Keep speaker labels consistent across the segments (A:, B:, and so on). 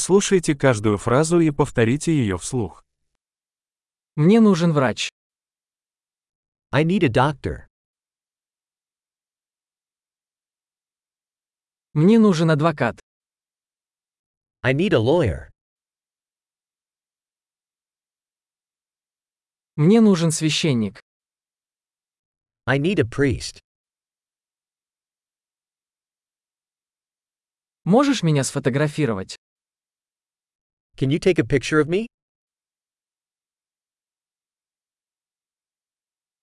A: Прослушайте каждую фразу и повторите ее вслух.
B: Мне нужен врач.
C: I need a doctor.
B: Мне нужен адвокат.
C: I need a lawyer.
B: Мне нужен священник.
C: I need a priest.
B: Можешь меня сфотографировать?
C: Can you take a picture of me?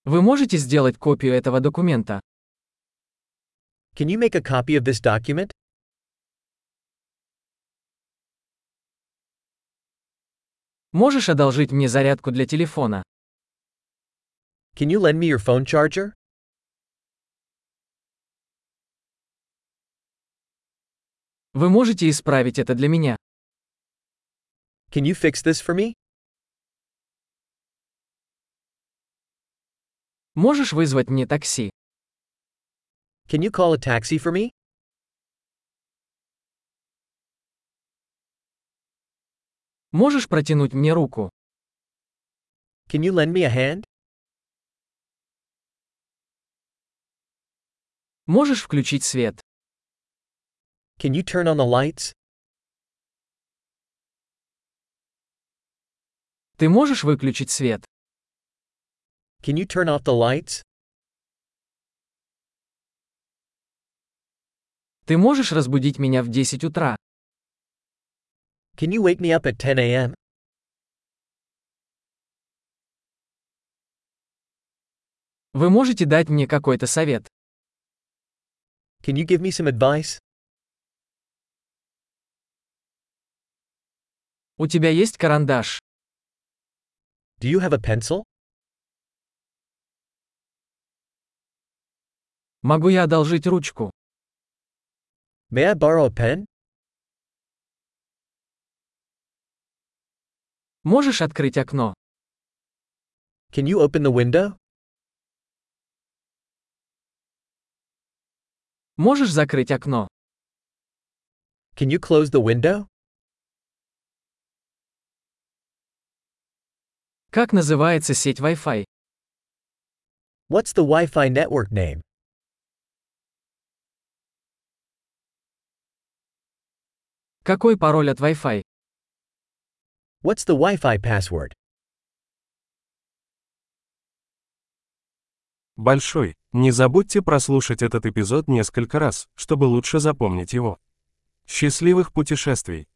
B: Вы можете сделать копию этого документа?
C: Can you make a copy of this document?
B: Можешь одолжить мне зарядку для телефона?
C: Can you lend me your phone charger?
B: Вы можете исправить это для меня?
C: Can you fix this for me?
B: Можешь вызвать мне такси?
C: Can you call a taxi for me?
B: Можешь протянуть мне руку?
C: Can you lend me a hand?
B: Можешь включить свет?
C: Can you turn on the lights?
B: Ты можешь выключить свет?
C: Can you turn off the lights?
B: Ты можешь разбудить меня в 10 утра?
C: Can you wake me up at 10 a.m.?
B: Вы можете дать мне какой-то совет?
C: Can you give me some advice?
B: У тебя есть карандаш?
C: Do you have a pencil?
B: Могу я одолжить ручку?
C: May I borrow a pen?
B: Можешь открыть окно?
C: Can you open the window?
B: Можешь закрыть окно?
C: Can you close the window?
B: Как называется сеть Wi-Fi?
C: What's the Wi Fi network name?
B: Какой пароль от Wi-Fi?
C: What's the Wi Fi password?
A: Большой. Не забудьте прослушать этот эпизод несколько раз, чтобы лучше запомнить его. Счастливых путешествий!